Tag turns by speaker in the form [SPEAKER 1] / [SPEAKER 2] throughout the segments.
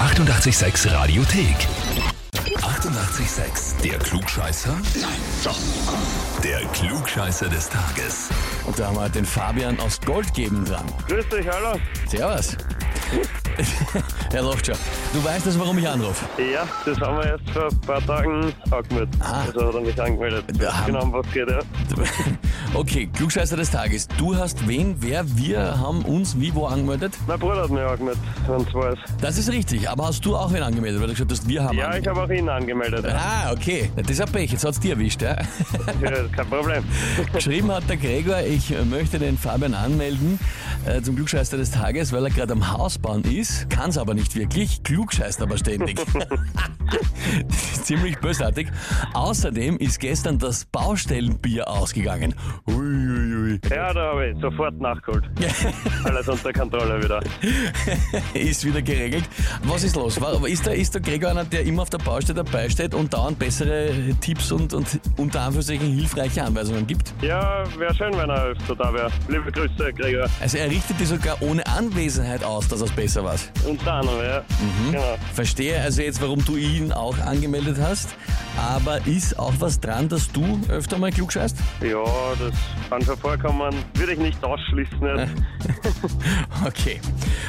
[SPEAKER 1] 886 Radiothek. 88,6. Der Klugscheißer? Nein, doch. Der Klugscheißer des Tages.
[SPEAKER 2] Und da haben wir den Fabian aus Goldgeben dran.
[SPEAKER 3] Grüß dich, hallo.
[SPEAKER 2] Servus. Herr Loftscher, du weißt jetzt, warum ich anrufe.
[SPEAKER 3] Ja, das haben wir erst vor ein paar Tagen angemeldet. Also hat er mich angemeldet.
[SPEAKER 2] Da haben-
[SPEAKER 3] Genau, um was geht, ja.
[SPEAKER 2] Okay, Klugscheißer des Tages. Du hast wen, wer, wir haben uns wie wo angemeldet?
[SPEAKER 3] Mein Bruder hat mich angemeldet, wenn's weiß.
[SPEAKER 2] Das ist richtig, aber hast du auch wen angemeldet? Weil du gesagt hast, wir haben
[SPEAKER 3] Ja, ich
[SPEAKER 2] angemeldet.
[SPEAKER 3] habe auch ihn angemeldet. Ja,
[SPEAKER 2] Ah, okay. Na, Das ist ein Pech, jetzt hat's dir erwischt, ja.
[SPEAKER 3] kein Problem.
[SPEAKER 2] Geschrieben hat der Gregor, ich möchte den Fabian anmelden äh, zum Klugscheißer des Tages, weil er gerade am Haus bauen ist, kann es aber nicht wirklich, klugscheißt aber ständig. Das ist Ziemlich bösartig. Außerdem ist gestern das Baustellenbier ausgegangen. Uiuiui.
[SPEAKER 3] Ja, da habe ich sofort nachgeholt. Alles unter Kontrolle wieder.
[SPEAKER 2] Ist wieder geregelt. Was ist los? War- Ist da, ist der Gregor einer, der immer auf der Baustelle dabei steht und dauernd bessere Tipps und, und unter Anführungszeichen hilfreiche Anweisungen gibt?
[SPEAKER 3] Ja, wäre schön, wenn er öfter da wäre. Liebe Grüße, Gregor.
[SPEAKER 2] Also er richtet die sogar ohne Anwesenheit aus, dass er es besser weiß.
[SPEAKER 3] Unter anderem, ja. Genau.
[SPEAKER 2] Verstehe also jetzt, warum du ihn auch angemeldet hast. Aber ist auch was dran, dass du öfter mal klugscheißt?
[SPEAKER 3] Ja, das kann schon vorkommen. Würde ich nicht ausschließen jetzt.
[SPEAKER 2] Okay.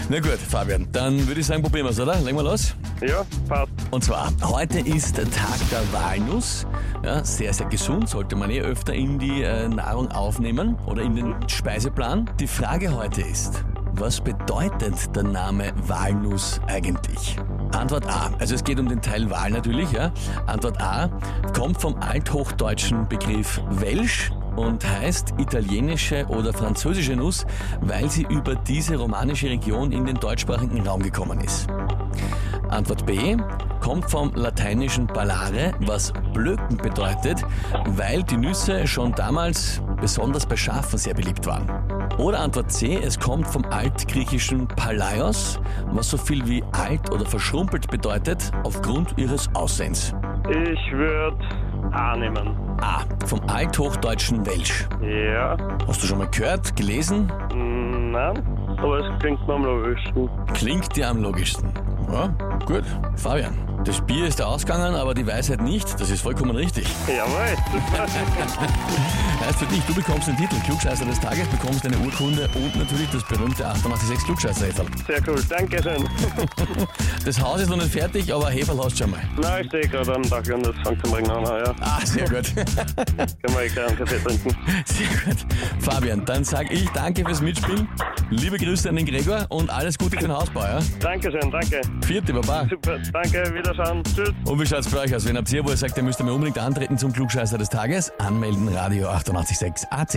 [SPEAKER 2] Na gut, Fabian, dann würde ich sagen, probieren wir es, oder? Legen wir los.
[SPEAKER 3] Ja, passt.
[SPEAKER 2] Und zwar, heute ist der Tag der Walnuss. Ja, sehr, sehr gesund, sollte man eh öfter in die äh, Nahrung aufnehmen oder in den Speiseplan. Die Frage heute ist, was bedeutet der Name Walnuss eigentlich? Antwort A, also es geht um den Teil Wal natürlich, ja. Antwort A kommt vom althochdeutschen Begriff Welsch und heißt italienische oder französische Nuss, weil sie über diese romanische Region in den deutschsprachigen Raum gekommen ist. Antwort B kommt vom lateinischen ballare, was blöken bedeutet, weil die Nüsse schon damals besonders bei Schafen sehr beliebt waren. Oder Antwort C, es kommt vom altgriechischen palaios, was so viel wie alt oder verschrumpelt bedeutet aufgrund ihres Aussehens.
[SPEAKER 3] Ich würde A nehmen.
[SPEAKER 2] A, vom althochdeutschen Welsch.
[SPEAKER 3] Ja.
[SPEAKER 2] Hast du schon mal gehört, gelesen?
[SPEAKER 3] Mm, Nein, aber es klingt mir am logischsten.
[SPEAKER 2] Klingt dir am logischsten. Ja, gut. Fabian, das Bier ist ausgegangen, aber die Weisheit nicht. Das ist vollkommen richtig.
[SPEAKER 3] Jawohl, super.
[SPEAKER 2] Heißt Äh, für dich, du bekommst den Titel Klugscheißer des Tages, bekommst eine Urkunde und natürlich das berühmte 886 klugscheißer -Häferl.
[SPEAKER 3] Sehr cool, danke schön.
[SPEAKER 2] Das Haus ist noch nicht fertig, aber Heferl hast du schon mal.
[SPEAKER 3] Na, ich stehe gerade am Dach und es fängt zum Regen an. Ja,
[SPEAKER 2] Ah, sehr gut.
[SPEAKER 3] können wir eh gleich einen Kaffee trinken.
[SPEAKER 2] Sehr gut. Fabian, dann sag ich danke fürs Mitspielen. Liebe Grüße an den Gregor und alles Gute für den Hausbau. Ja?
[SPEAKER 3] Dankeschön, danke.
[SPEAKER 2] Vierte, Baba.
[SPEAKER 3] Super, danke, wiederschauen. Tschüss.
[SPEAKER 2] Und wie schaut's bei euch aus? Wenn habt ihr, wo ihr sagt, ihr müsst mir unbedingt antreten zum Klugscheißer des Tages, anmelden Radio 886 AT.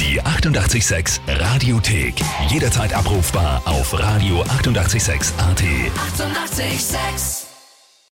[SPEAKER 1] Die 88,6 Radiothek. Jederzeit abrufbar auf radio886.at. 88,6.
[SPEAKER 4] Eighty-eight, sex.